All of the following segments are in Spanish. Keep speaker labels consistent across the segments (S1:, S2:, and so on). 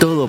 S1: Todo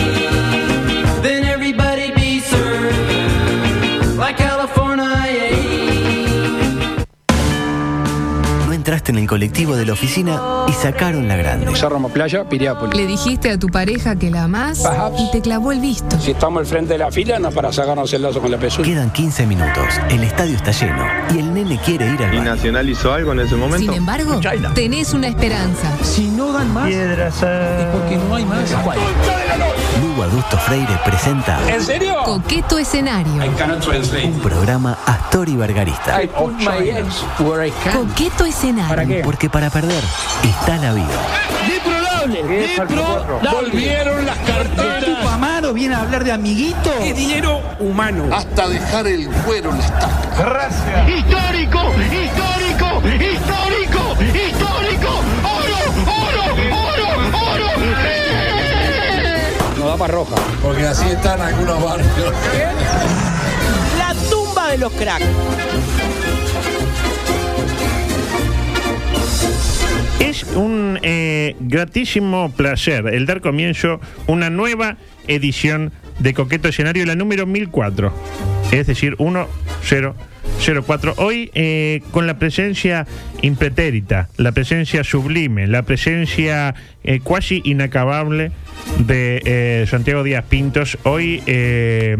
S2: Then everybody be served like California.
S1: No entraste en el colectivo de la oficina y sacaron la grande.
S3: Cerro Playa, Piriápolis.
S4: Le dijiste a tu pareja que la amás
S3: Perhaps.
S4: y te clavó el visto.
S3: Si estamos al frente de la fila, no es para sacarnos el lazo con la pezuña.
S1: Quedan 15 minutos, el estadio está lleno y el nene quiere ir al
S5: ¿Y
S1: baño.
S5: Nacional hizo algo en ese momento?
S4: Sin embargo, tenés una esperanza.
S1: Lugo Adusto Freire presenta
S3: ¿En serio?
S4: Coqueto escenario.
S3: cannot translate.
S1: un programa Astor y Bargarista.
S3: put my eggs where I can.
S4: Coqueto escenario.
S1: Porque para perder está la vida.
S3: Volvieron las carteras.
S6: Amaro viene a hablar de amiguito.
S3: Dinero humano.
S7: hasta dejar el cuero en la estaca.
S8: histórico, histórico, histórico, histórico, oro, oro, oro, oro. ¡Eh!
S3: Nos da para roja.
S7: Porque así están algunos barrios.
S6: La tumba de los cracks.
S9: Es un eh, gratísimo placer el dar comienzo a una nueva edición de Coqueto Escenario, la número 1004, es decir, 1004. Hoy eh, con la presencia impretérita, la presencia sublime, la presencia eh, cuasi inacabable de eh, Santiago Díaz Pintos, hoy eh,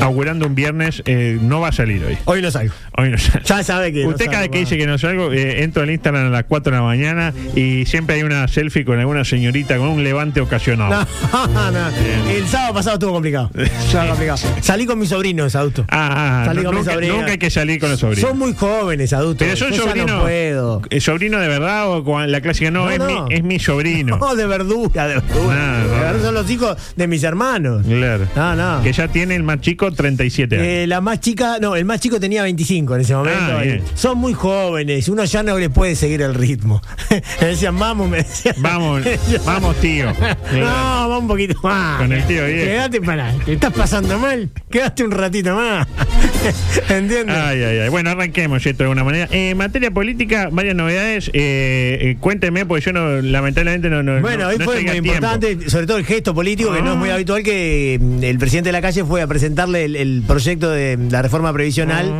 S9: augurando un viernes, eh, no va a salir hoy.
S10: Hoy no salgo.
S9: Hoy no sale.
S10: Ya sabe que no
S9: Usted cada
S10: salgo,
S9: que
S10: va.
S9: dice que no salgo, eh, entro al Instagram a las 4 de la mañana y siempre hay una selfie con alguna señorita con un levante ocasionado.
S10: No, no. El sábado pasado estuvo complicado. Estuvo complicado. Salí con mis sobrinos, adulto.
S9: Ah, ah,
S10: Salí
S9: no,
S10: con mis
S9: nunca,
S10: sobrinos.
S9: nunca hay que salir con los sobrinos.
S10: Son muy jóvenes, adulto.
S9: Pero son
S10: Yo ya
S9: sobrinos.
S10: No puedo.
S9: eh, ¿Sobrino de verdad o con la clásica? No,
S10: No,
S9: es,
S10: no.
S9: Mi, es mi sobrino.
S10: No, de verdura, de verdura.
S9: No, no.
S10: De verdura, Son los hijos de mis hermanos.
S9: Claro.
S10: No, no.
S9: Que ya tiene el más chico 37 años.
S10: Eh, la más chica, no, el más chico tenía 25 en ese momento.
S9: Ah, bien.
S10: Son muy jóvenes, uno ya no le puede seguir el ritmo. me decían, vamos, me decían.
S9: Vamos,
S10: Yo-
S9: vamos, tío.
S10: No, vamos un poquito más.
S9: Con el tío bien.
S10: Quédate para, te estás pasando mal, quédate un ratito más. ¿Entiendes?
S9: Ay, ay, ay. Bueno, arranquemos esto de alguna manera. Eh, en materia política, varias novedades. Eh, eh, cuénteme, porque yo no, lamentablemente no. no
S10: Bueno,
S9: no-
S10: hoy
S9: no
S10: fue
S9: llegué
S10: muy
S9: a tiempo.
S10: importante, sobre todo el gesto político, que no es muy
S9: Ah.
S10: habitual, que mm, el presidente de la calle fue a presentarle el, el proyecto de la reforma previsional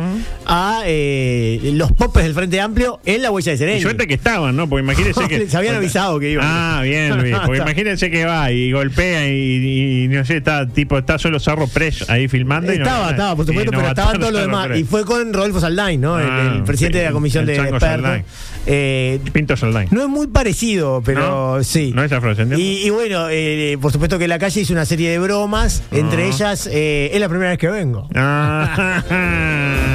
S9: Ah.
S10: a eh, los popes del Frente Amplio en la huella de
S9: Y
S10: Serena.
S9: suerte que estaban, ¿no? Porque imagínense que.
S10: Les habían avisado que iban.
S9: Ah, bien, Luis. Porque imagínense que va y golpea y, y no sé, está tipo, está solo Sarro Press ahí filmando. y no-
S10: Estaba, estaba, por
S9: y
S10: supuesto,
S9: no
S10: pero
S9: va a
S10: estaban
S9: estar
S10: todos los
S9: Sarro
S10: demás.
S9: Press.
S10: Y fue con Rodolfo Saldain, ¿no? El- el,
S9: Ah,
S10: presidente
S9: sí,
S10: de la comisión
S9: el
S10: de
S9: chango
S10: expertos.
S9: Saldain.
S10: Eh,
S9: Pinto Soldain.
S10: no es muy parecido, pero
S9: ¿No?
S10: sí.
S9: ¿No es afrodescendiente?
S10: Y, y bueno, eh, por supuesto que la calle hizo una serie de bromas. Entre ellas, eh, es la primera vez que vengo.
S9: Ah.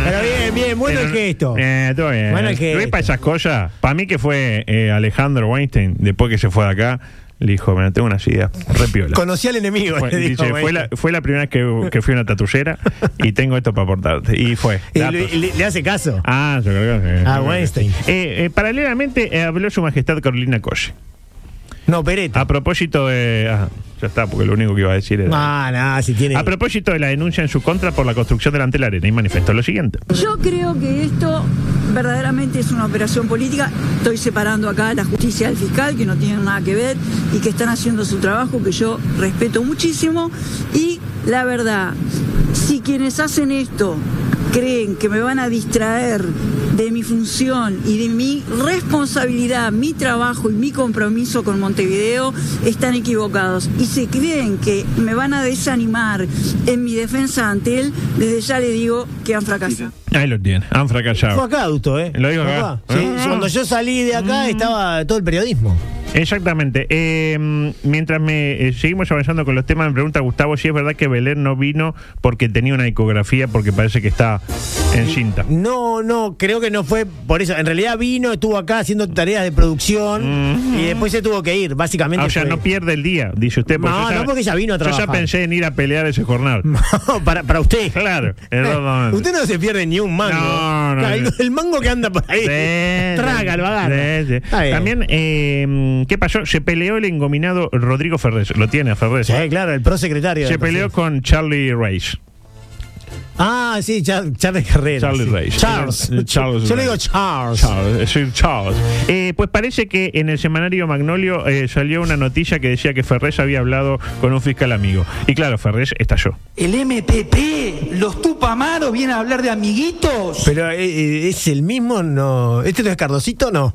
S10: Pero bien, bien, bueno
S9: Pero-
S10: el gesto.
S9: Eh, todo bien.
S10: Bueno el gesto.
S9: Luis, para esas cosas, para mí que fue eh, Alejandro Weinstein, después que se fue de acá, le dijo, bueno, tengo unas ideas re piola".
S10: Conocí al enemigo.
S9: Fue,
S10: le dijo,
S9: dice, fue,
S10: bueno.
S9: la, fue la primera vez que, que fui a una tatullera y tengo esto para aportarte. Y fue.
S10: Y
S9: La-
S10: Eh, le, le- le hace caso.
S9: Ah, yo creo que.
S10: Ah, Weinstein.
S9: Eh, eh, paralelamente eh, habló su majestad Carolina Coche.
S10: No,
S6: Ah,
S10: Pereta.
S9: A propósito de. Ah, ya está, porque lo único que iba a decir era.
S10: Ah, nada, si tiene.
S9: A propósito de la denuncia en su contra por la construcción delante de la arena, y manifestó lo siguiente.
S11: Yo creo que esto verdaderamente es una operación política. Estoy separando acá la justicia del fiscal, que no tienen nada que ver y que están haciendo su trabajo, que yo respeto muchísimo. Y la verdad, si quienes hacen esto creen que me van a distraer de mi función y de mi responsabilidad, mi trabajo y mi compromiso con Montevideo, están equivocados. Y si creen que me van a desanimar en mi defensa ante él, desde ya le digo que han fracasado.
S9: Ahí lo tiene, han
S10: Fue
S9: fracasado.
S10: acá, adulto, ¿eh?
S9: Lo digo
S10: Fue
S9: acá.
S10: Sí,
S9: Ah.
S10: Cuando yo salí de
S11: Mm.
S10: acá estaba todo el periodismo.
S9: Exactamente. Eh, mientras me eh, seguimos avanzando con los temas, me pregunta Gustavo si es verdad que Belén no vino porque tenía una ecografía, porque parece que está encinta.
S10: No, no, creo que no fue por eso. En realidad vino, estuvo acá haciendo tareas de producción y después se tuvo que ir, básicamente.
S9: Mm. Ah, o sea,
S10: fue-
S9: no pierde el día, dice usted.
S10: No,
S9: yo
S10: no, porque ella vino a
S9: Yo ya
S10: trabajar.
S9: pensé en ir a pelear ese jornal.
S10: No, para, para usted. Eh,
S9: Claro, es verdad.
S10: Usted no se pierde ni un mango.
S9: No, no,
S10: Claro, el,
S9: no.
S10: el mango que anda por ahí.
S9: Sí,
S10: traga, lo agarra.
S9: sí, sí.
S10: Está bien.
S9: También, eh, ¿qué pasó? Se peleó el engominado Rodrigo Ferrez. Lo tiene a Ferrez.
S10: Sí, claro, el prosecretario.
S9: Se
S10: del
S9: peleó
S10: presidente.
S9: con Charlie Reis.
S10: Ah, sí, Char- Charles Carrera.
S9: Charlie
S10: sí.
S9: Reyes.
S10: Charles.
S9: Eh, Charles
S10: Yo le digo
S9: Reyes.
S10: Charles.
S9: Charles, es decir, Charles. Eh, pues parece que en el semanario Magnolio eh, salió una noticia que decía que Ferrés había hablado con un fiscal amigo. Y claro, Ferrés estalló.
S6: El MPP, los tupamaros vienen a hablar de amiguitos.
S10: Pero eh, eh, es el mismo, no. ¿Este no es Cardosito? No.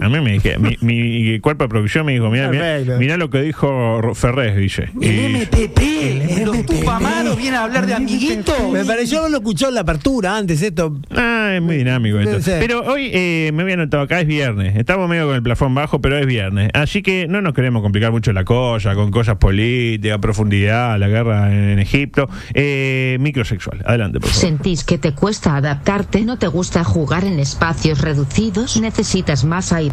S9: A mí me dije, mi, mi cuerpo de producción me dijo, mira, mira,
S10: Perfecto.
S9: mira lo que dijo Ro- Ferrés, dice.
S6: El
S9: Y-
S6: MPP, los
S10: MPP.
S6: tupamaros vienen a hablar de amiguitos.
S10: Me pareció haberlo escuchado en la apertura antes esto.
S9: Ah, es muy dinámico esto.
S10: Debe ser.
S9: Pero hoy eh, me había anotado acá, es viernes. Estamos medio con el plafón bajo, pero es viernes. Así que no nos queremos complicar mucho la cosa con cosas políticas, profundidad, la guerra en, en Egipto. Eh, microsexual. Adelante, por favor.
S5: ¿Sentís que te cuesta adaptarte? ¿No te gusta jugar en espacios reducidos? ¿Necesitas más aire?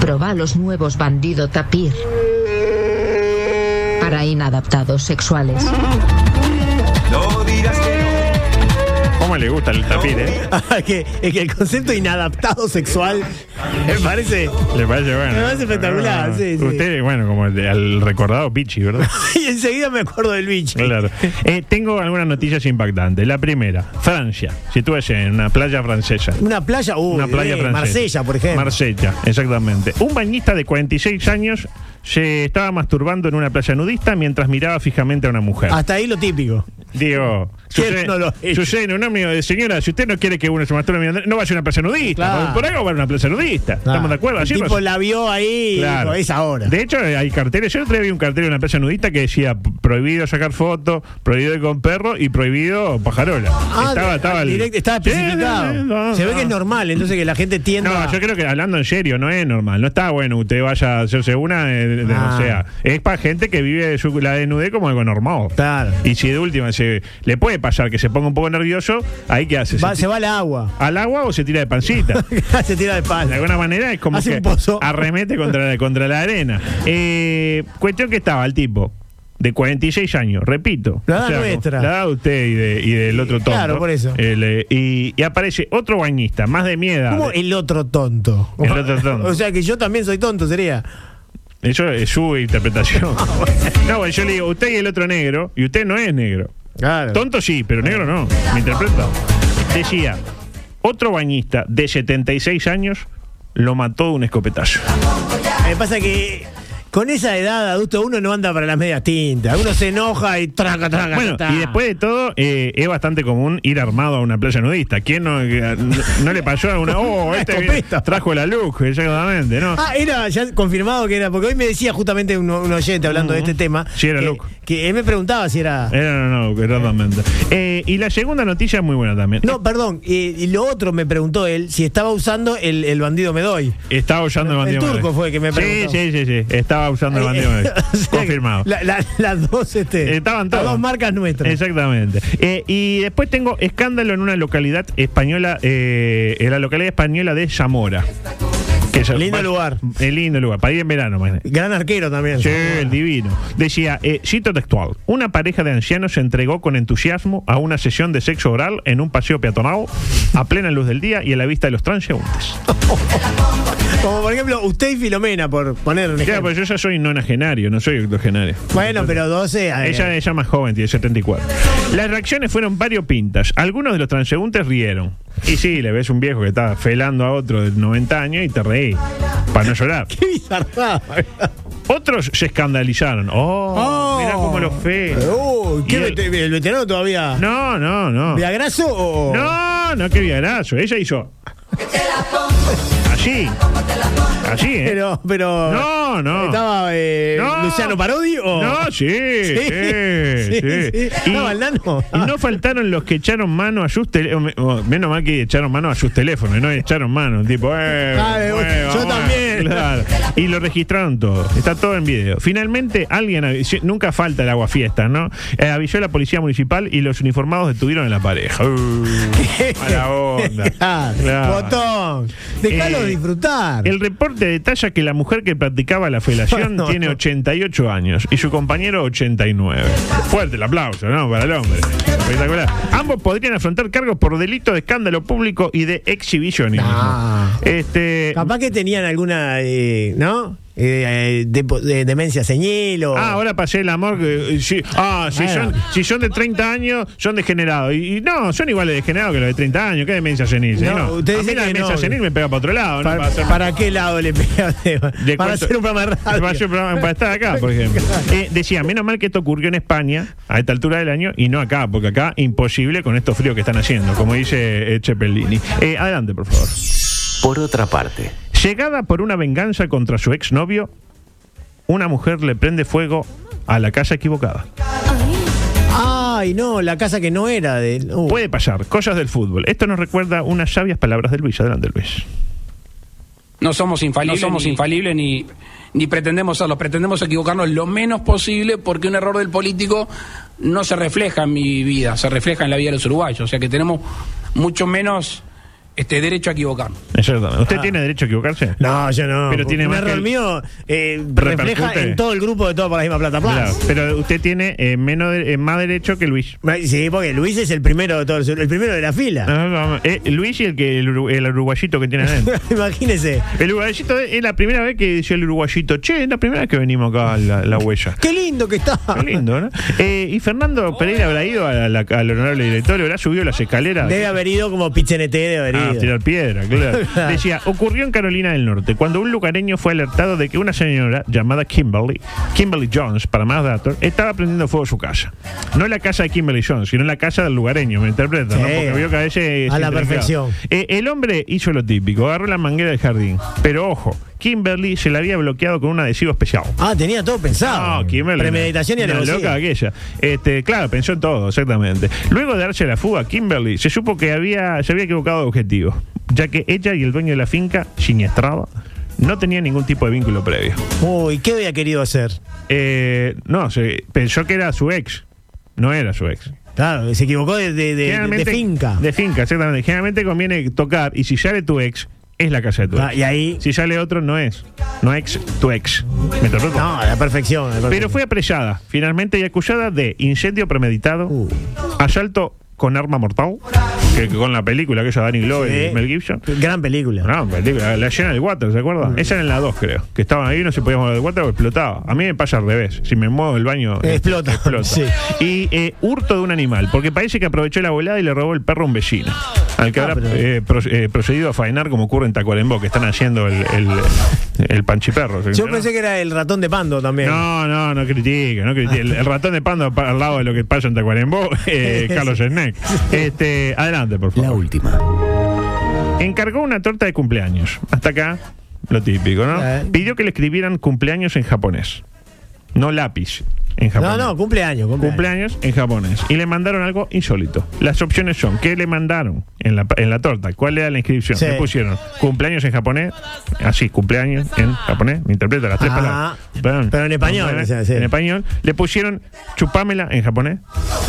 S5: Proba los nuevos Bandido Tapir. Para inadaptados sexuales.
S9: ¿Cómo le gusta el tapir, eh?
S10: es, que, es que el concepto inadaptado sexual me parece.
S9: Le parece bueno.
S10: Me parece espectacular,
S9: Ah,
S10: sí, sí.
S9: Usted, bueno, como el de- al recordado Pichi, ¿verdad?
S10: Y enseguida me acuerdo del bicho.
S9: Claro. Eh, tengo algunas noticias impactantes. La primera, Francia. Si tú en una playa francesa.
S10: Una playa, uh,
S9: una playa
S10: eh,
S9: francesa.
S10: Marsella, por ejemplo.
S9: Marsella, exactamente. Un bañista de 46 años se estaba masturbando en una playa nudista mientras miraba fijamente a una mujer.
S10: Hasta ahí lo típico.
S9: Digo,
S10: ¿Quién
S9: sucede,
S10: no lo ha hecho?
S9: sucede en un ómnibus de señora, si usted no quiere que uno se masturbe mirando, no vaya a una playa nudista.
S10: Claro. Ah,
S9: Por algo va a una playa nudista. ¿Estamos de acuerdo?
S10: El
S9: Así
S10: tipo
S9: pasa.
S10: la vio ahí y
S9: Claro.
S10: dijo, es ahora.
S9: De hecho, eh, hay carteles. Yo el otro día vi un cartel en una playa nudista que decía prohibido sacar fotos, prohibido ir con perro y prohibido pajarola.
S10: Ah,
S9: estaba,
S10: de-
S9: estaba el-
S10: directo- estaba
S9: Sí,
S10: especificado.
S9: sí, sí, no,
S10: Se ve
S9: no.
S10: que es normal, entonces que la gente tienda.
S9: No, yo creo que hablando en serio, no es normal. No está bueno usted vaya a hacerse una, eh, de- de-
S10: Ah.
S9: o sea, es para gente que vive su, la desnudez como algo normal.
S10: Claro.
S9: Y si de última se, le puede pasar que se ponga un poco nervioso, ahí qué hace.
S10: Va-
S9: ¿Se
S10: se
S9: ti-
S10: va al agua.
S9: ¿Al agua o se tira de pancita?
S10: se tira de
S9: De
S10: pala.
S9: alguna manera es como
S10: Hace
S9: que
S10: un pozo.
S9: arremete contra la, contra la arena. Eh, cuestión que estaba el tipo de 46 años, repito.
S10: La edad
S9: como
S10: nuestra.
S9: La edad de usted y, de- y del otro tonto.
S10: claro, por eso.
S9: El, eh, y, y aparece otro bañista, más de miedo.
S10: ¿Cómo el otro tonto?
S9: El otro tonto.
S10: o sea que yo también soy tonto, sería.
S9: Eso es su interpretación. no, bueno, yo le digo, usted y el otro negro, y usted no es negro.
S10: Claro.
S9: Tonto sí, pero negro no. Me interpreta. Decía, otro bañista de 76 años lo mató de un escopetazo.
S10: Me pasa que con esa edad adulto uno no anda Ah, para las medias tintas. Uno se enoja y traca, traca.
S9: Bueno,
S10: ta.
S9: y después de todo, eh, es bastante común ir armado a una playa nudista. ¿Quién no, eh, no, no le pasó a una? Oh,
S10: Una
S9: este viene-
S10: escopeta.
S9: trajo la luz, exactamente, ¿no?
S10: Ah, era ya confirmado que era, porque hoy me decía justamente un, un oyente hablando de este tema.
S9: Sí, era
S10: que-
S9: loco.
S10: Que él me preguntaba si era.
S9: Eh, no, no, no, exactamente. Eh, y la segunda noticia es muy buena también.
S10: No, perdón. eh, y lo otro me preguntó él si estaba usando el, el bandido me doy.
S9: Estaba usando el
S10: El
S9: bandido.
S10: turco
S9: Madrid.
S10: fue el que me preguntó.
S9: Sí, sí, sí, sí. Estaba usando el bandido. Madrid.
S10: O sea,
S9: Confirmado.
S10: la- la- las dos, este,
S9: Estaban todas.
S10: Las dos marcas nuestras.
S9: Exactamente. Eh, y después tengo escándalo en una localidad española, eh, en la localidad española de Zamora. Que es-
S10: Lindo
S9: va-
S10: lugar.
S9: eh, lindo lugar, para ir en verano. más bien.
S10: Gran arquero también.
S9: Sí, el divino. Decía, eh, cito textual, una pareja de ancianos se entregó con entusiasmo a una sesión de sexo oral en un paseo peatonal a plena luz del día y a la vista de los transeúntes.
S10: Como por ejemplo, usted y Filomena, por poner un
S9: Claro,
S10: ejemplo.
S9: pues yo ya soy nonagenario, no soy octogenario.
S10: bueno, pero 12. eh,
S9: Ella, ella más joven, tiene 74. Las reacciones fueron variopintas. Algunos de los transeúntes rieron. Y sí, le ves un viejo que está felando a otro de 90 años y te reí. Para no llorar.
S10: Qué bizarrada.
S9: Otros se escandalizaron. Oh,
S10: Oh.
S9: mirá cómo lo fe.
S10: Uy,
S9: Y
S10: ¿qué
S9: el-
S10: vete- el, veterano todavía?
S9: No, no, no.
S10: ¿Viagraso o.?
S9: No, no, qué viagrazo. Ella hizo. Así. Así, ¿eh?
S10: Pero, pero.
S9: No, no.
S10: ¿Estaba eh,
S9: No.
S10: Luciano Parodi o.?
S9: No, sí, sí, sí.
S10: sí, sí. Estaba
S9: Y-
S10: el nano.
S9: y no faltaron los que echaron mano a sus teléfonos. Menos mal que echaron mano a sus teléfonos, y no echaron mano. Tipo, eh,
S10: Ay,
S9: bueno,
S10: Ah, yo
S9: bueno,
S10: también.
S9: claro. Y lo registraron todo. Está todo en video. Finalmente, alguien avisó- nunca falta el agua fiesta, ¿no? Eh, avisó a la policía municipal y los uniformados detuvieron a la pareja. Uh, mala onda.
S10: Ah,
S9: Claro.
S10: Botón. Déjalo
S9: Eh,
S10: disfrutar.
S9: El reporte detalla que la mujer que practicaba la felación
S10: No, no.
S9: tiene 88 años y su compañero 89. Fuerte el aplauso, ¿no? Para el hombre. Espectacular. Ambos podrían afrontar cargos por delito de escándalo público y de exhibicionismo.
S10: Nah.
S9: Este.
S10: Capaz que tenían alguna. eh, ¿No? eh, de- de- demencia senil o...
S9: Ah, ahora pasé el amor. eh, eh, sí. Ah, si,
S10: Bueno.
S9: son, si son de 30 años, son degenerados. Y, y no, son iguales de degenerados que los de 30 años. ¿Qué demencia senil?
S10: No,
S9: No,
S10: usted
S9: a
S10: dice
S9: mí la
S10: que
S9: demencia
S10: no.
S9: senil me pega para otro lado.
S10: ¿Para,
S9: no para, hacer-
S10: para qué lado le pega?
S9: de
S10: para
S9: cuánto-
S10: hacer un programa de radio.
S9: Para, hacer un programa- para estar acá, por ejemplo. Eh, decía, menos mal que esto ocurrió en España a esta altura del año y no acá, porque acá imposible con estos fríos que están haciendo, como dice eh, Cepelini. Eh, adelante, por favor.
S1: Por otra parte,
S9: Llegada por una venganza contra su exnovio, una mujer le prende fuego a la casa equivocada.
S10: Ay, no, la casa que no era de... uh.
S9: Puede pasar, cosas del fútbol. Esto nos recuerda unas sabias palabras de Luis. Adelante, Luis.
S3: No somos infalibles. No somos infalibles ni, ni pretendemos serlo. Pretendemos equivocarnos lo menos posible porque un error del político no se refleja en mi vida, se refleja en la vida de los uruguayos. O sea que tenemos mucho menos este derecho a equivocarnos.
S9: Es verdad. ¿Usted tiene derecho a equivocarse?
S10: No, Ah, yo no.
S9: Pero tiene
S10: un
S9: más que
S10: error
S9: el-
S10: mío eh, refleja
S9: Repercute.
S10: en todo el grupo de todo por la misma plata. Plus.
S9: Claro, pero usted tiene eh, menos de- eh, más derecho que Luis.
S10: Ay, Sí, porque Luis es el primero de todo el, sur- el primero de la fila.
S9: No, no, no, eh, Luis y el, que, el, uru- el uruguayito que tiene adentro.
S10: Imagínese.
S9: El uruguayito es es la primera vez que dice el uruguayito, che, es la primera vez que venimos acá a la, la huella.
S10: Qué lindo que está.
S9: Qué lindo, ¿no? Eh, y Fernando Pereira habrá ido a la- al honorable director, habrá subido las escaleras.
S10: Debe haber ido como Pichenete, debe haber
S9: Ah,
S10: ido.
S9: tirar piedra, claro. Decía, ocurrió en Carolina del Norte, cuando un lucareño fue alertado de que una señora llamada Kimberly, Kimberly Jones, para más datos, estaba prendiendo fuego su casa. No la casa de Kimberly Jones, sino la casa del lugareño, me interpreta, ¿no?
S10: Sí.
S9: Porque vio que a veces...
S10: A
S9: se
S10: la
S9: entrega.
S10: perfección.
S9: Eh, el hombre hizo lo típico, agarró la manguera del jardín. Pero ojo, Kimberly se la había bloqueado con un adhesivo especial.
S10: Ah, tenía todo pensado.
S9: No, Kimberly.
S10: Premeditación y
S9: Una
S10: alevosía.
S9: loca aquella. Este, claro, pensó en todo, exactamente. Luego de darse la fuga, Kimberly se supo que había, se había equivocado de objetivo, ya que ella y el dueño de la finca, siniestrada, no tenían ningún tipo de vínculo previo.
S10: Uy, ¿qué había querido hacer?
S9: Eh, no, se, pensó que era su ex. No era su ex.
S10: Claro, se equivocó de, Eh, de- de- de
S9: Generalmente-
S10: finca.
S9: De finca, exactamente. Generalmente conviene tocar, y si sale tu ex, es la casa de tu ex.
S10: Ah, y ahí.
S9: Si sale otro, no es. No ex, tu ex. ¿Me interpreto?
S10: No, a la perfección. a la
S9: Pero
S10: perfección.
S9: fue apreciada finalmente y acusada de incendio premeditado,
S10: Uh.
S9: asalto con arma mortal, que, que con la película que ella Danny Glover
S10: Sí.
S9: y Mel Gibson.
S10: Gran película. Mm.
S9: No, película, la llena del water, ¿se acuerda? Esa era en la 2, creo. Que estaban ahí, no se podía mover del water o explotaba. A mí me pasa al revés. Si me muevo del baño, eh,
S10: Explota, sí.
S9: Y eh, hurto de un animal, porque parece que aprovechó la volada y le robó el perro a un vecino. Al que
S10: Ah,
S9: habrá
S10: pero-
S9: eh, pro- eh, procedido a faenar, como ocurre en Tacuarembó, que están haciendo el, el, el panchiperro. ¿sí?
S10: Yo
S9: ¿no?
S10: pensé que era el ratón de Pando también.
S9: No, no, no critique, no critique. El, el ratón de panda pa- al lado de lo que pasa en Tacuarembó, eh, Carlos Snack. Este, adelante, por
S1: la
S9: favor.
S1: última.
S9: Encargó una torta de cumpleaños. Hasta acá, lo típico, ¿no?
S10: Eh.
S9: Pidió que le escribieran cumpleaños en japonés. No lápiz, en
S10: no,
S9: japonés.
S10: no, cumpleaños, cumpleaños.
S9: Cumpleaños en japonés. Y le mandaron algo insólito. Las opciones son: ¿qué le mandaron en la, en la torta? ¿Cuál era la inscripción?
S10: Sí.
S9: Le pusieron cumpleaños en japonés. Así, cumpleaños en japonés. Me interpreta las tres
S10: Ah,
S9: palabras. Perdón.
S10: pero en español,
S9: En,
S10: o sea, sí.
S9: en español. Le pusieron chupámela en japonés.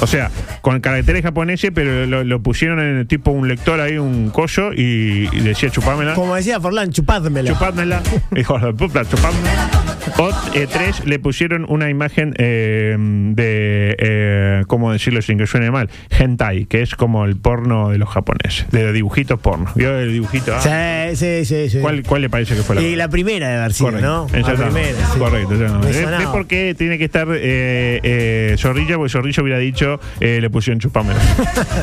S9: O sea, con caracteres japoneses, pero lo, lo pusieron en tipo un lector ahí, un collo, y, y decía chupámela.
S10: Como decía Forlán, chupádmela.
S9: Chupádmela. Hijo de puta, chupádmela. O eh, tres le pusieron una imagen eh, de, eh, ¿cómo decirlo sin que suene mal? Hentai, que es como el porno de los japoneses, de dibujitos porno. ¿Vio el dibujito? Ah,
S10: Sí, sí, sí, sí.
S9: ¿cuál, ¿Cuál le parece que fue la
S10: y la primera de haber sido, ¿no? La
S9: Exactamente.
S10: primera, sí.
S9: Correcto, exactamente.
S10: Me
S9: ¿Ves-
S10: sonaba.
S9: ¿Ves Eh, por qué tiene que estar eh, eh, Zorrilla? Porque Zorrilla hubiera dicho, eh, le pusieron chupámela.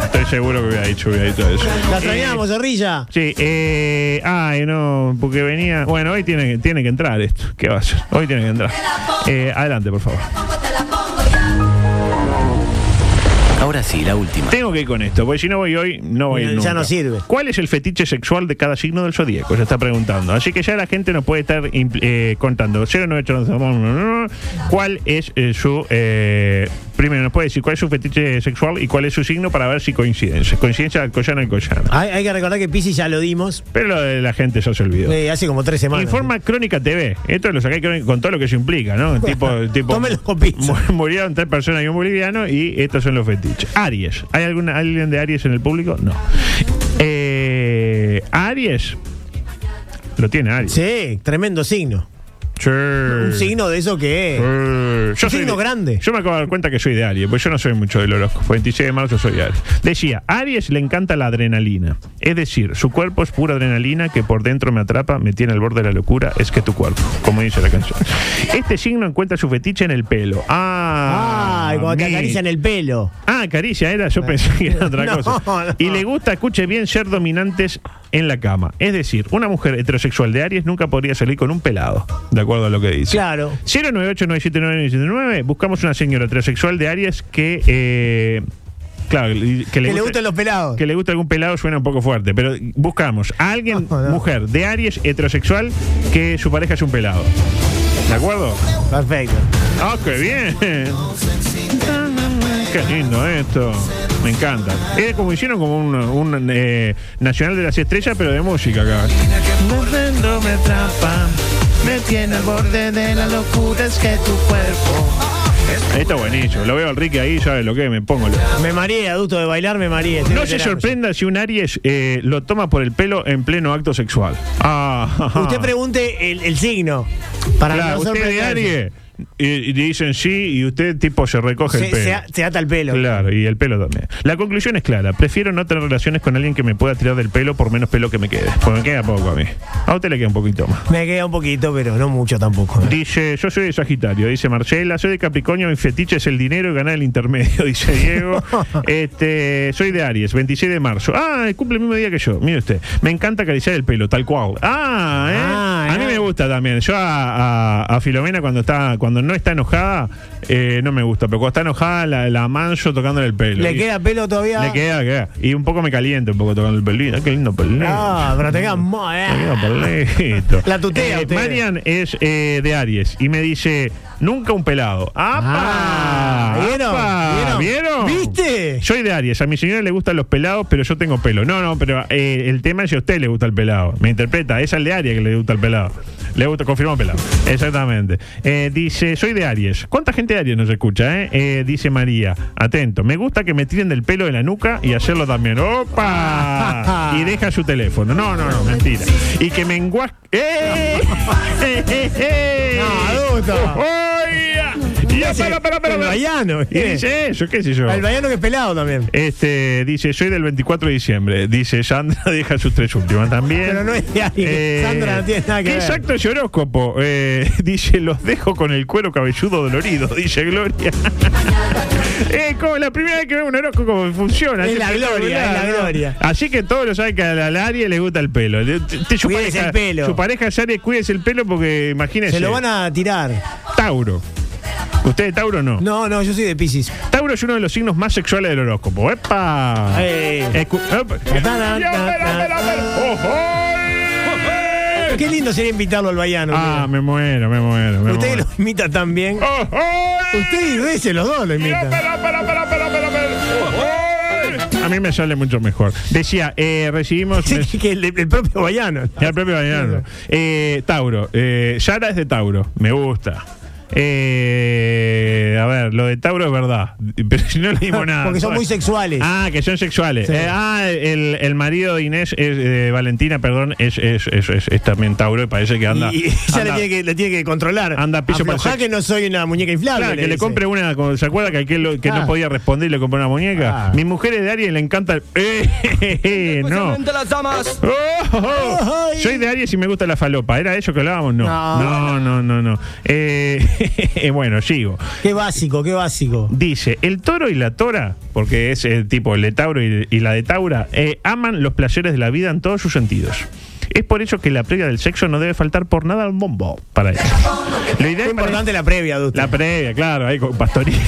S9: Estoy seguro que hubiera dicho, hubiera dicho eso.
S10: La
S9: Eh,
S10: extrañamos, Zorrilla.
S9: Sí, eh, ay, no, porque venía. Bueno, hoy tiene que, tiene que entrar esto. ¿Qué va a hacer? Hoy tiene que entrar. Eh, adelante, por favor.
S1: Ahora sí, la última.
S9: Tengo que ir con esto, porque si no voy hoy, no voy a ir
S10: Ya
S9: nunca.
S10: no sirve.
S9: ¿Cuál es el fetiche sexual de cada signo del zodíaco? Se está preguntando. Así que ya la gente nos puede estar impl- eh, contando. 09811, ¿Cuál es eh, su. eh, primero, nos puede decir cuál es su fetiche sexual y cuál es su signo para ver si coinciden. Coincidencia al collana al collana.
S10: Hay, hay que recordar que Pisi ya lo dimos
S9: Pero lo de la gente ya se olvidó.
S10: eh, hace como tres semanas.
S9: Informa Crónica TV. Esto lo saqué Crónica- con todo lo que eso implica, ¿no? tipo, tipo
S10: Tómelo con pizza.
S9: mu- Murieron tres personas y un boliviano y estos son los fetiches. Aries. ¿Hay alguna, alguien de Aries en el público? No. Eh, Aries. Lo tiene Aries.
S10: Sí, tremendo signo.
S9: Sí.
S10: Un signo de eso que es.
S9: Eh,
S10: Un signo
S9: de-
S10: grande.
S9: Yo me acabo de dar cuenta que soy de Aries, pues yo no soy mucho del horóscopo. 26 de marzo soy de Aries. Decía, Aries le encanta la adrenalina. Es decir, su cuerpo es pura adrenalina que por dentro me atrapa, me tiene al borde de la locura, es que tu cuerpo, como dice la canción. Este signo encuentra su fetiche en el pelo. Ah,
S10: Ay, cuando te
S9: mi-
S10: acarician el pelo.
S9: Ah, caricia era, yo pensé que era otra
S10: No,
S9: cosa.
S10: no.
S9: Y le gusta, escuche bien, ser dominantes en la cama. Es decir, una mujer heterosexual de Aries nunca podría salir con un pelado, de acuerdo a lo que dice.
S10: Claro.
S9: 098979979, buscamos una señora heterosexual de Aries que... eh, Claro, y-
S10: que
S9: que le,
S10: le
S9: guste-
S10: gusten los pelados.
S9: que le guste algún pelado suena un poco fuerte, pero buscamos a alguien,
S10: No, no.
S9: mujer de Aries heterosexual, que su pareja es un pelado. ¿De acuerdo?
S10: Perfecto.
S9: ¡Ah, qué bien! Ah, ¡Qué lindo esto! Me encanta. Es como hicieron como un, un, eh, Nacional de las Estrellas, pero de música acá. me atrapa, me tiene al borde de la locura, es que tu cuerpo. Está buenísimo, lo veo al Ricky ahí, sabe lo que es, me pongo. lo-
S10: Me mareé, adulto de bailar, me mareé. Estoy
S9: No se
S10: veterano.
S9: sorprenda si un Aries eh, lo toma por el pelo en pleno acto sexual. Ah, ajá.
S10: Usted pregunte el, el signo. Para
S9: Claro,
S10: no
S9: usted de
S10: sorprenderse.
S9: Aries y, y dicen sí y usted tipo se recoge
S10: Se,
S9: el pelo.
S10: se a- se ata el pelo.
S9: Claro, y el pelo también. La conclusión es clara. Prefiero no tener relaciones con alguien que me pueda tirar del pelo por menos pelo que me quede. Porque me queda poco a mí. A usted le queda un poquito más.
S10: Me queda un poquito, pero no mucho tampoco.
S9: Dice, yo soy de Sagitario, dice Marcela, soy de Capricornio, mi fetiche es el dinero y ganar el intermedio, dice Diego. este, soy de Aries, 26 de marzo. Ah, cumple el mismo día que yo, mire usted. Me encanta acariciar el pelo, tal cual. Ah, ¿eh?
S10: Ah,
S9: a mí
S10: eh.
S9: me gusta también. Yo a, a- a Filomena cuando está cuando no está enojada, eh, no me gusta, pero cuando está enojada la, la manso tocándole el pelo.
S10: ¿Le
S9: Y-
S10: queda pelo todavía?
S9: le queda, queda. Y un poco me calienta un poco tocando el pelito. Ah, qué lindo pelito.
S10: Ah, pero te queda mo- eh.
S9: Te queda pelito.
S10: La tutea
S9: Eh,
S10: usted.
S9: Marian es eh, de Aries y me dice, nunca un pelado. ¡Apa!
S10: Ah, ¿vieron?
S9: ¡Apa!
S10: ¿Vieron? ¿Viste?
S9: Soy de Aries. A mi señora le gustan los pelados, pero yo tengo pelo. No, no, pero eh, el tema es si a usted le gusta el pelado. Me interpreta. Es al de Aries que le gusta el pelado. Le gusta, confirmó pelado. Exactamente. Eh, dice, soy de Aries. ¿Cuánta gente de Aries nos escucha, eh? Eh, dice María. Atento. Me gusta que me tiren del pelo de la nuca y hacerlo también. ¡Opa! y deja su teléfono. No, no, no, mentira. Y que me enguas... ¡Eh! ¡Eh, eh, eh!
S10: No, adulto.
S9: ¡Oiga! Ya,
S10: Ese-
S9: para, para, para,
S10: el
S9: para.
S10: baiano,
S9: Y dice eso, qué sé yo.
S10: El baiano que es pelado también.
S9: Este dice, soy del 24 de diciembre. Dice, Sandra deja sus tres últimas también. Eh,
S10: Pero no es de ahí, Sandra no tiene nada que
S9: ¿qué
S10: ver.
S9: Exacto es horóscopo. Eh, dice, los dejo con el cuero cabelludo dolorido, dice Gloria. Es como la primera vez que veo un horóscopo que funciona.
S10: Es
S9: Es
S10: la gloria, es
S9: espectacular,
S10: la
S9: ¿no?
S10: gloria.
S9: Así que todos lo saben que a la, la Aries le gusta el pelo. Le- te- te- su
S10: Cuídese
S9: pareja-
S10: el pelo.
S9: Su pareja es Aries, cuídese el pelo porque imagínense.
S10: Se lo van a tirar.
S9: Tauro. ¿Usted de Tauro no?
S10: No, no, yo soy de Pisces.
S9: Tauro es uno de los signos más sexuales del horóscopo. ¡Epa!
S10: Eh.
S9: Escu- ¡Epa!
S10: Ta-ra,
S9: Ya,
S10: ta-ra,
S9: espera, espera, espera. ¡Ojo!
S10: Qué lindo sería invitarlo al baiano.
S9: Ah, me muero, me muero, me
S10: mira. Usted
S9: muero. ¡Oh,
S10: lo imita tan bien.
S9: ¡Ojo!
S10: Usted y Reyes, los dos lo
S9: Ya,
S10: imitan.
S9: espera, espera, espera, espera, espera, espera. ¡Ojo! A mí me sale mucho mejor. Decía, eh, recibimos...
S10: Sí, que el, el propio baiano.
S9: Ya el propio Bañano. Eh, Tauro. Eh, Yara es de Tauro. Me gusta. Eh, a ver, lo de Tauro es verdad. Pero si no le dimos nada.
S10: Porque son muy sexuales.
S9: Ah, que son sexuales.
S10: Sí.
S9: Eh, ah, el, el marido de Inés, es, eh, Valentina, perdón, es, es, es, es- es también Tauro y parece que anda.
S10: y ella le
S9: anda-
S10: tiene, que, le tiene que controlar.
S9: Anda piso para el
S10: Aflojá
S9: sexo.
S10: que no soy una muñeca inflable.
S9: Claro, que le
S10: dice.
S9: compre una. como- ¿Se acuerda que aquel lo- que no
S10: Ah.
S9: podía responder y le compró una muñeca?
S10: Ah.
S9: Mi mujer es de Aries y le encanta. el- ¡Eh, eh, eh, no!
S6: las damas.
S9: Oh, oh, oh.
S10: Ay.
S9: Soy de Aries y me gusta la falopa. ¿Era eso que hablábamos? No.
S10: No.
S9: No, no, no, no. Eh, bueno, sigo.
S10: Qué básico, qué básico.
S9: Dice, el toro y la tora, porque es eh, tipo el de Tauro y, y la de Taura, eh, aman los placeres de la vida en todos sus sentidos. Es por eso que la previa del sexo no debe faltar por nada al bombo para ellos. Lo
S10: Qué
S9: ideal para-
S10: importante la previa, adulto.
S9: La previa, claro, ahí con Pastorino.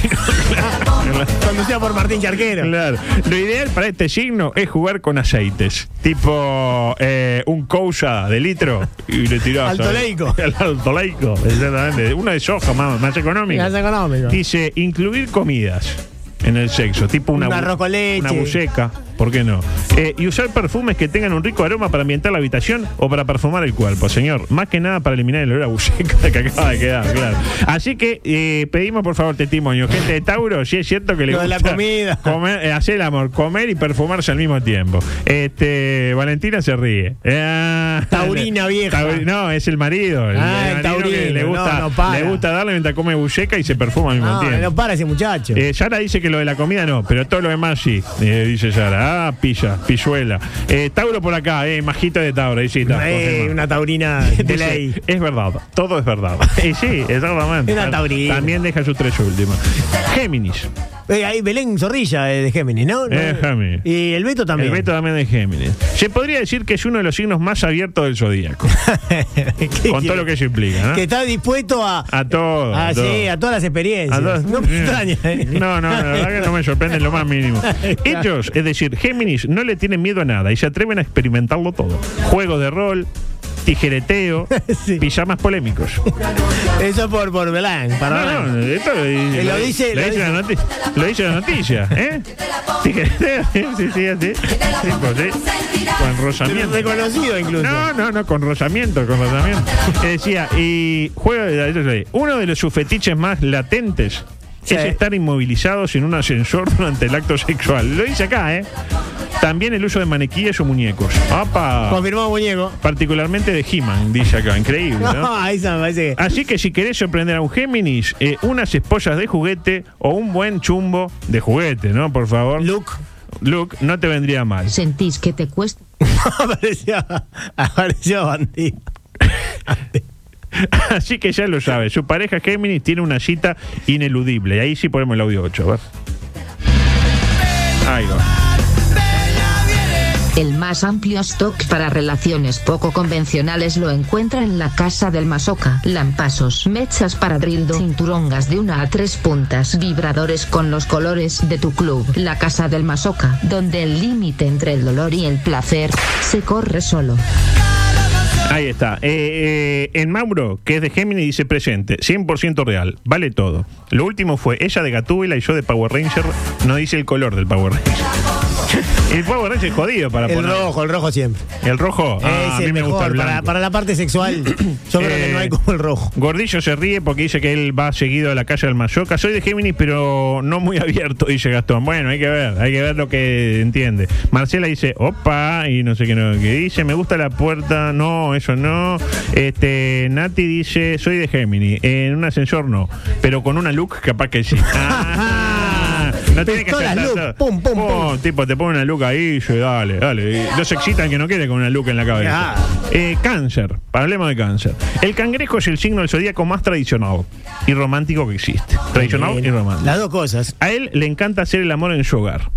S9: claro.
S10: Conducida por Martín Charquero.
S9: Claro. Lo ideal para este signo es jugar con aceites. Tipo eh, un cousa de litro y le tirás.
S10: Alto
S9: al-
S10: laico.
S9: Al alto laico, exactamente. Una de soja más, más económica.
S10: Más económico.
S9: Dice, incluir comidas. en el sexo, tipo una,
S10: Un
S9: bu-
S10: arroz con leche.
S9: una buceca, ¿por qué no? Eh, y usar perfumes que tengan un rico aroma para ambientar la habitación o para perfumar el cuerpo, señor. Más que nada para eliminar el olor a buceca que acaba de quedar, claro. Así que eh, pedimos por favor testimonio, gente de Tauro, si es cierto que le
S10: Lo de
S9: gusta
S10: la comida.
S9: comer, eh, hacer el amor, comer y perfumarse al mismo tiempo. Este, Valentina se ríe. Ah,
S10: Taurina vieja.
S9: Tauri- no, es el marido. el-
S10: Ah,
S9: el
S10: el
S9: marido que
S10: taurino,
S9: le gusta,
S10: no, no para.
S9: le gusta darle mientras come buceca y se perfuma al mismo
S10: No,
S9: tiempo.
S10: no para ese muchacho.
S9: Eh, Yara dice que lo de la comida no, pero todo lo demás sí, eh, dice Yara. Ah, pilla, pilluela. Eh, Tauro por acá, eh, majito de Tauro, ahí sí está,
S10: Eh,
S9: confirmado.
S10: una taurina de
S9: Dice,
S10: ley.
S9: Es verdad, todo es verdad. Y sí, exactamente.
S10: Es una taurina.
S9: También deja sus tres últimos. Géminis.
S10: Eh, ahí Belén Zorrilla eh, de Géminis, ¿no? ¿no?
S9: Eh, Géminis.
S10: Y el Beto también.
S9: El Beto también de Géminis. Se podría decir que es uno de los signos más abiertos del zodíaco.
S10: ¿Qué
S9: con todo
S10: quiere?
S9: lo que eso implica, ¿no?
S10: Que está dispuesto a.
S9: A todo.
S10: ¿Eh? Ah,
S9: a todo.
S10: sí, a todas las experiencias.
S9: A todas-
S10: No me extraña. ¿eh?
S9: ¿eh? No, no, la verdad que no me sorprende en lo más mínimo. Ellos, es decir, Géminis, no le tienen miedo a nada y se atreven a experimentarlo todo. Juegos de rol, tijereteo,
S10: Sí.
S9: pijamas polémicos.
S10: Eso por, por Belén, para
S9: No,
S10: Belén.
S9: no, esto lo,
S10: Eh, lo dice- lo
S9: la noticia. Lo dice la noticia, ¿eh? Tijereteo, sí, sí, sí. Sí, pues, sí. Con rozamiento.
S10: Reconocido incluso.
S9: No, no, no, con rozamiento, con rozamiento. Que decía, y juego de eso sí, uno de los sus fetiches más latentes
S10: Sí.
S9: es estar inmovilizados en un ascensor durante el acto sexual. Lo dice acá, ¿eh? También el uso de maniquíes o muñecos. ¡Apa!
S10: Confirmado muñeco.
S9: Particularmente de He-Man, dice acá. Increíble, ¿no?
S10: No, esa me parece que.
S9: Así que si querés sorprender a un Géminis, eh, unas esposas de juguete o un buen chumbo de juguete, ¿no? Por favor.
S10: Luke.
S9: Luke, no te vendría mal.
S5: Sentís que te cuesta.
S10: apareció, apareció bandido.
S9: Así que ya lo sabe, su pareja Géminis tiene una cita ineludible. Y ahí sí ponemos el audio 8, a ver. Ahí va.
S5: El más amplio stock para relaciones poco convencionales lo encuentra en la casa del masoca. Lampasos, mechas para drildo, cinturongas de una a tres puntas, vibradores con los colores de tu club. La casa del masoca, donde el límite entre el dolor y el placer se corre solo.
S9: Ahí está. Eh, eh, en Mauro, que es de Géminis, dice presente, 100% real, vale todo. Lo último fue ella de Gatúbela y yo de Power Ranger, no dice el color del Power Ranger. el Power Ranger es jodido para
S10: El
S9: poner.
S10: rojo, el rojo siempre.
S9: El rojo, ah,
S10: es
S9: a mí
S10: el
S9: me gusta el
S10: mejor. Para,
S9: blanco. Eh,
S10: para la parte sexual, yo creo que no hay como el rojo.
S9: Gordillo se ríe porque dice que él va seguido a la calle del Mayoca. Soy de Géminis, pero no muy abierto, dice Gastón. Bueno, hay que ver, hay que ver lo que entiende. Marcela dice, opa, y no sé qué, no, que dice, me gusta la puerta, no, eso no. Este, Nati dice, soy de Géminis, en un ascensor no, pero con una look capaz que sí. Ah, no tiene que ser
S10: Pistolas,
S9: tanto.
S10: look, pum, pum, pum.
S9: Oh, tipo, te pone una look ahí, yo, dale, dale. Y No se excitan que no quede con una look en la cabeza.
S10: Ah.
S9: Eh, cáncer, hablemos de cáncer. El cangrejo es el signo del zodíaco más tradicional y romántico que existe. Tradicional y romántico.
S10: Las dos cosas.
S9: A él le encanta hacer el amor en su hogar.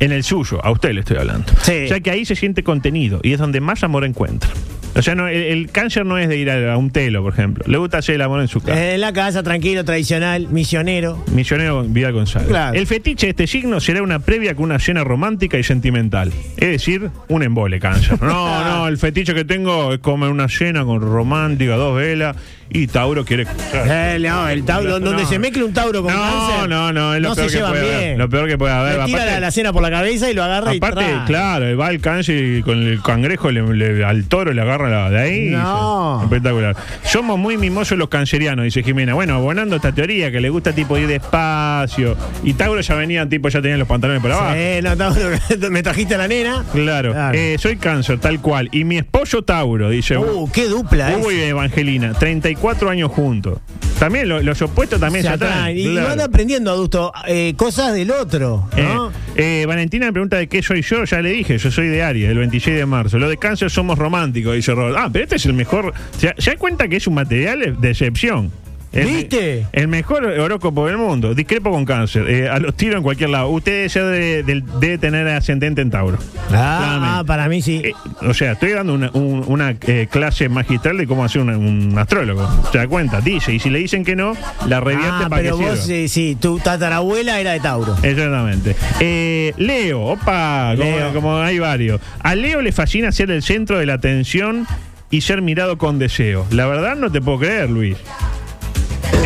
S9: En el suyo, a usted le estoy hablando.
S10: Sí.
S9: Ya que ahí se siente contenido y es donde más amor encuentra. O sea, no, el, el cáncer no es de ir a, a un telo, por ejemplo. Le gusta hacer el amor en su casa.
S10: En la casa, tranquilo, tradicional, misionero.
S9: Misionero Vidal González.
S10: Claro.
S9: El fetiche de este signo será una previa con una cena romántica y sentimental. Es decir, un embole cáncer. No, no, el fetiche que tengo es comer una cena con romántica, dos velas y Tauro quiere.
S10: Eh, no, el Tauro, donde- donde se mezcle un Tauro con
S9: no,
S10: cáncer,
S9: No, no, es lo
S10: no se
S9: peor que
S10: llevan
S9: puede haber.
S10: bien.
S9: Lo peor que puede haber.
S10: Le tira
S9: Aparte-
S10: la, la cena por la cabeza y lo agarra y
S9: Aparte,
S10: trae.
S9: claro, va el cáncer y con el cangrejo le- le- al toro le agarra la- de ahí. y
S10: No.
S9: se- espectacular. Somos muy mimosos los cancerianos, dice Jimena. Bueno, abonando esta teoría que le gusta tipo ir despacio. Y Tauro ya venía, tipo, ya tenían los pantalones por abajo.
S10: Eh, no, Tauro, me trajiste a la nena.
S9: Claro.
S10: Claro.
S9: Eh, soy cáncer, tal cual. Y mi esposo Tauro, dice
S10: Uh, qué dupla, eh.
S9: Hugo y Evangelina, 34 años juntos. También lo- los opuestos también
S10: Se
S9: se,
S10: atraen.
S9: atraen.
S10: Y
S9: claro.
S10: van aprendiendo, adusto, eh, cosas del otro, ¿no?
S9: Eh, eh, Valentina me pregunta de qué soy yo, ya le dije, yo soy de Aries, el 26 de marzo. Lo de cáncer somos románticos, dice Robert. Ah, pero este es el mejor. ¿Se, da- se da cuenta que es un material de excepción? El-
S10: ¿Viste?
S9: El mejor horóscopo del mundo. Discrepo con cáncer. eh, a los tiros en cualquier lado. Usted ya de- del- debe tener ascendente en Tauro.
S10: ah,
S9: Claramente.
S10: para mí sí.
S9: Eh, o sea, estoy dando una, un- una, eh, clase magistral de cómo hacer una- un astrólogo. Se da cuenta, dice. Y si le dicen que no, la revierte
S10: ah,
S9: para
S10: pero
S9: que
S10: vos,
S9: sirva.
S10: eh, sí, tu tatarabuela era de Tauro.
S9: Exactamente. Eh, Leo, opa, como-
S10: Leo.
S9: Como, hay varios. A Leo le fascina ser el centro de la atención y ser mirado con deseo. La verdad no te puedo creer, Luis.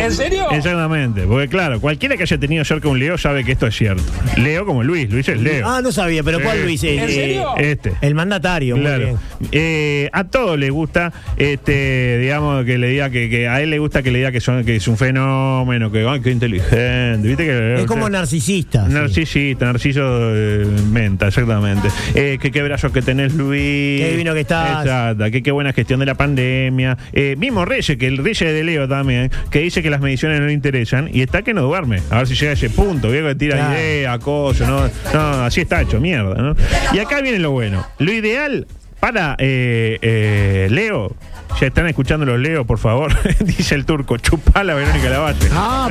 S3: ¿En serio?
S9: Exactamente, porque claro, cualquiera que haya tenido cerca un Leo sabe que esto es cierto. Leo como Luis, Luis es Leo.
S10: Ah, no sabía, pero ¿cuál
S9: Sí.
S10: Luis? Eh,
S3: ¿En
S10: eh,
S3: serio?
S9: eh. Este.
S10: El mandatario. muy bien.
S9: Claro. Eh, a todos les gusta, este, digamos, que le diga que, que a él le gusta que le diga que, son, que es un fenómeno, que ay, qué inteligente, ¿viste? Que,
S10: Es como
S9: que-
S10: narcisista. sí.
S9: Narcisista, Narciso eh, Menta, exactamente. Eh, qué, qué brazos que tenés, Luis.
S10: Qué divino que estás.
S9: Exacto, qué, qué buena gestión de la pandemia. Eh, mismo Reyes, que el Reyes de Leo también, que dice que las mediciones no le interesan y está que no duerme. A ver si llega a ese punto, viejo, que tira
S10: Claro.
S9: idea, cosa, no, no, así está hecho, mierda, ¿no? Y acá viene lo bueno. Lo ideal para eh, eh, Leo. Ya están escuchando los Leo, por favor, dice el turco, chupala Verónica Lavalle. Ah,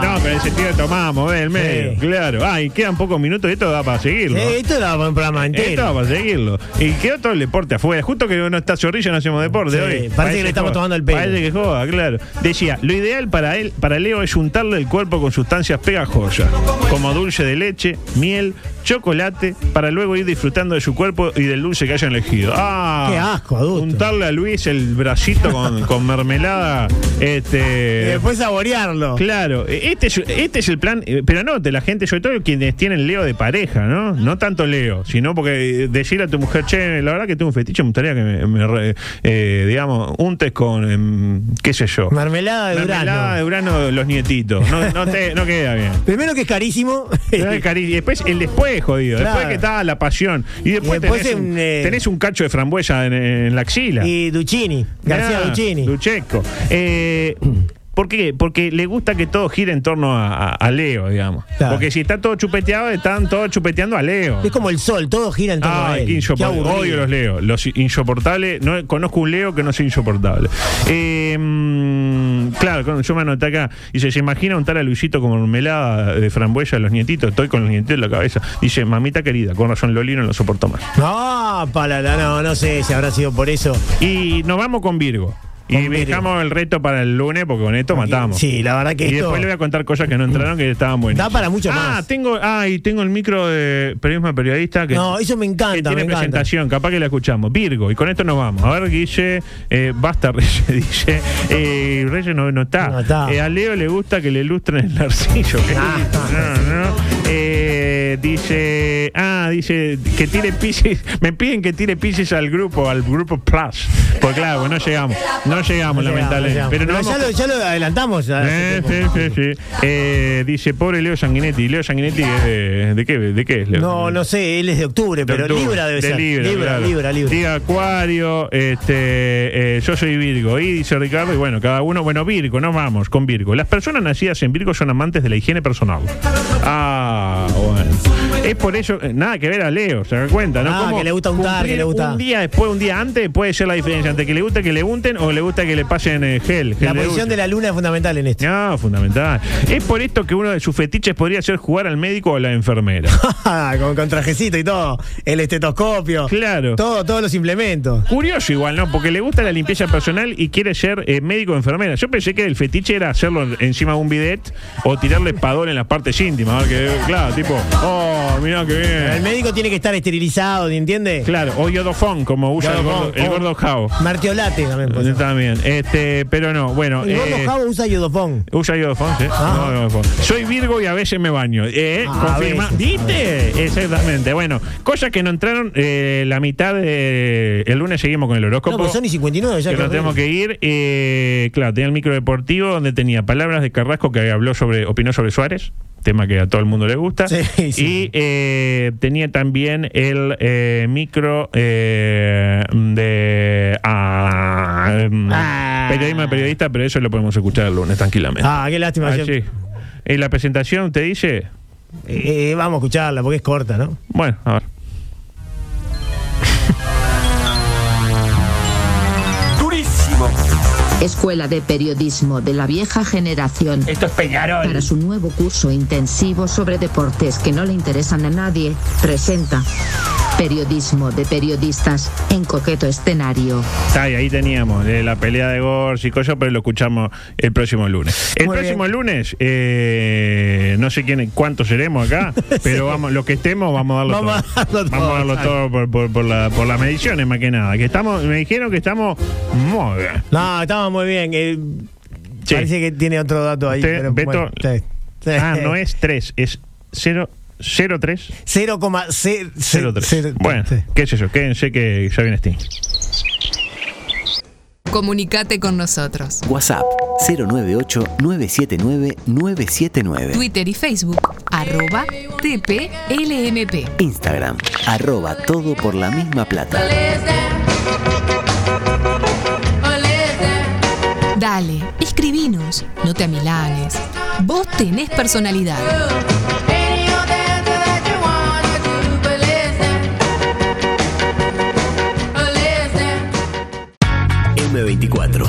S10: ¡Apa!
S9: No, no, pero en el sentido de tomar, mover el medio.
S10: Ah, Sí.
S9: Claro. Ah, y quedan pocos minutos y esto da para seguirlo.
S10: Eh, esto da para un programa
S9: Esto da
S10: entero.
S9: para seguirlo. Y quedó todo el deporte afuera. Justo que no está Zorrilla, no hacemos deporte
S10: Sí,
S9: hoy.
S10: parece que le estamos
S9: joda.
S10: tomando el pelo.
S9: Parece que joda, claro. Decía, lo ideal para él, para Leo es untarle el cuerpo con sustancias pegajosas, como dulce de leche, miel, chocolate, para luego ir disfrutando de su cuerpo y del dulce que hayan elegido. ¡Ah!
S10: Qué asco, adulto.
S9: Untarle a Luis el bracito con, con mermelada.
S10: Y
S9: Este.
S10: después saborearlo.
S9: Claro, eh, este es, este es el plan, eh, pero no, de la gente, sobre todo quienes tienen Leo de pareja, ¿no? No tanto Leo, sino porque eh, decirle a tu mujer, che, la verdad que tengo un fetiche, me gustaría que me, me re- eh, digamos, untes con, em, qué sé yo.
S10: Mermelada de
S9: Mermelada de
S10: Durano.
S9: Urano los nietitos. No, no, te- no queda bien.
S10: Primero que es carísimo.
S9: Era el cari- Y después el después, jodido. Después
S10: Claro.
S9: que está la pasión. Y después,
S10: después
S9: tenés, un,
S10: en, eh,
S9: tenés un cacho de frambuesa en, en la axila.
S10: y Duchini. García
S9: Ah,
S10: Duchini.
S9: Luchesco. Eh, ¿Por qué? Porque le gusta que todo gire en torno a, a- a Leo, digamos.
S10: Claro.
S9: Porque si está todo chupeteado, están todos chupeteando a Leo.
S10: Es como el sol, todo gira en torno a
S9: Ay,
S10: él.
S9: qué insoportable.
S10: Qué aburrido.
S9: Odio los Leo. Los insoportables. No, conozco un Leo que no sea insoportable. Eh, mm, claro, con- yo me anoté acá. Dice: ¿Se imagina untar a Luisito con mermelada de frambuesa a los nietitos? Estoy con los nietitos en la cabeza. Dice: Mamita querida, con razón Loli no lo soporto más.
S10: No, para la- no, no sé si habrá sido por eso.
S9: Y nos vamos con Virgo. Y
S10: Con Virgo.
S9: dejamos el reto para el lunes porque con esto matamos.
S10: Sí, la verdad que
S9: y
S10: esto-
S9: después le voy a contar cosas que no entraron que estaban buenas.
S10: Da para mucho
S9: ah,
S10: más.
S9: Tengo, ah, y tengo el micro de Periodismo Periodista que,
S10: No, eso me encanta,
S9: que tiene
S10: me encanta.
S9: presentación, capaz que la escuchamos. Virgo, y con esto nos vamos. A ver, Guille, eh, basta Reyes, dice. Eh, Reyes no, no está.
S10: No está. Ah,
S9: Eh, a Leo le gusta que le ilustren el narcillo. que- no, no. Eh, dice, ah, dice que tire Pisces, me piden que tire Pisces al grupo, al grupo Plus. Pues claro, pues no llegamos,
S10: No
S9: no llegamos
S10: llegamos,
S9: lamentablemente.
S10: no llegamos.
S9: Pero, nos
S10: ya,
S9: vamos-
S10: lo, ya lo adelantamos. ya hace
S9: Eh,
S10: tiempo.
S9: sí, sí, sí. Eh, dice, pobre Leo Sanguinetti. Leo Sanguinetti, es de, ¿de qué, ¿de qué es Leo?
S10: No, no sé, él es de octubre, pero
S9: octubre.
S10: Libra debe
S9: De
S10: ser.
S9: Libra,
S10: Libra,
S9: claro.
S10: Libra, Libra.
S9: Diga Acuario, este, eh, yo soy Virgo. Y dice Ricardo, y bueno, cada uno, bueno, Virgo, no vamos, con Virgo. Las personas nacidas en Virgo son amantes de la higiene personal. Ah, bueno. Es por eso, eh, nada que ver a Leo, se da cuenta, ¿no?
S10: Ah,
S9: Cómo
S10: que le gusta untar,
S9: cumplir
S10: que le gusta.
S9: Un día después, un día antes, puede ser la diferencia entre que le gusta que le unten o le gusta que le pasen eh, gel.
S10: La
S9: gel de
S10: posición
S9: ducha.
S10: de la luna es fundamental en esto.
S9: No, fundamental. Es por esto que uno de sus fetiches podría ser jugar al médico o a la enfermera.
S10: Ah, con, con trajecito y todo. El estetoscopio.
S9: Claro.
S10: Todo, todos los implementos.
S9: Curioso igual, ¿no? Porque le gusta la limpieza personal y quiere ser eh, médico o enfermera. Yo pensé que el fetiche era hacerlo en- encima de un bidet o tirarle espadón en las partes íntimas. A ver que, claro, tipo, oh, mirá que
S10: Pero el
S9: bien.
S10: médico tiene que estar esterilizado, ¿entiendes?
S9: Claro, o iodofón, como usa el gordo,
S10: oh.
S9: el gordo Jao.
S10: Martiolate también. puede ser.
S9: También, este, pero no, bueno.
S10: El gordo
S9: eh,
S10: Javo usa iodopón.
S9: Usa iodofón, sí.
S10: Ah.
S9: No, iodofón. Soy Virgo y a veces me baño. Eh,
S10: Ah,
S9: confirma.
S10: a veces,
S9: ¿Viste? Exactamente. Bueno, cosas que no entraron eh, la mitad de. El lunes seguimos con el
S10: No,
S9: horóscopo.
S10: pues son y 59 ya.
S9: que nos tenemos que ir. Eh, claro, tenía el micro deportivo donde tenía palabras de Carrasco que habló sobre, opinó sobre Suárez, tema que a todo el mundo le gusta.
S10: Sí, sí.
S9: Y eh, tenía también el eh, micro eh, de ah, mm,
S10: Ah.
S9: periodismo de periodista, pero eso lo podemos escuchar el lunes tranquilamente.
S10: Ah, qué lástima.
S9: Ah,
S10: yo-
S9: sí. ¿Y la presentación te dice?
S10: Eh, eh, vamos a escucharla porque es corta, ¿no?
S9: Bueno, a ver.
S5: Escuela de Periodismo de la Vieja Generación.
S3: Esto es Peñarol.
S5: Para su nuevo curso intensivo sobre deportes que no le interesan a nadie, presenta Periodismo de Periodistas en Coqueto Escenario.
S9: Está ahí, ahí teníamos eh, la pelea de Gors y cosas, pero lo escuchamos el próximo lunes. El
S10: Muy
S9: próximo lunes, eh, no sé quién, cuántos seremos acá, pero vamos, los que estemos, vamos a darlo
S10: Vamos
S9: todo.
S10: a darlo
S9: vamos
S10: todo,
S9: a darlo
S10: exacto.
S9: todo por, por- por la- por las mediciones, más que nada. Que estamos, me dijeron que estamos muy bien.
S10: No, estaba muy bien. eh,
S9: Sí.
S10: Parece que tiene otro dato ahí.
S9: Usted,
S10: pero,
S9: Beto-
S10: bueno, sí. Sí.
S9: Ah, no es 3, es 0. 03 03.
S10: 0,03.
S9: Bueno, qué sé yo, quédense que ya viene Steam.
S5: Comunicate con nosotros.
S1: WhatsApp 098-979-979.
S5: Twitter y Facebook, arroba TPLMP.
S1: Instagram, arroba todo por la misma plata.
S5: Dale, escribinos, no te amilanes. Vos tenés personalidad.
S1: M24.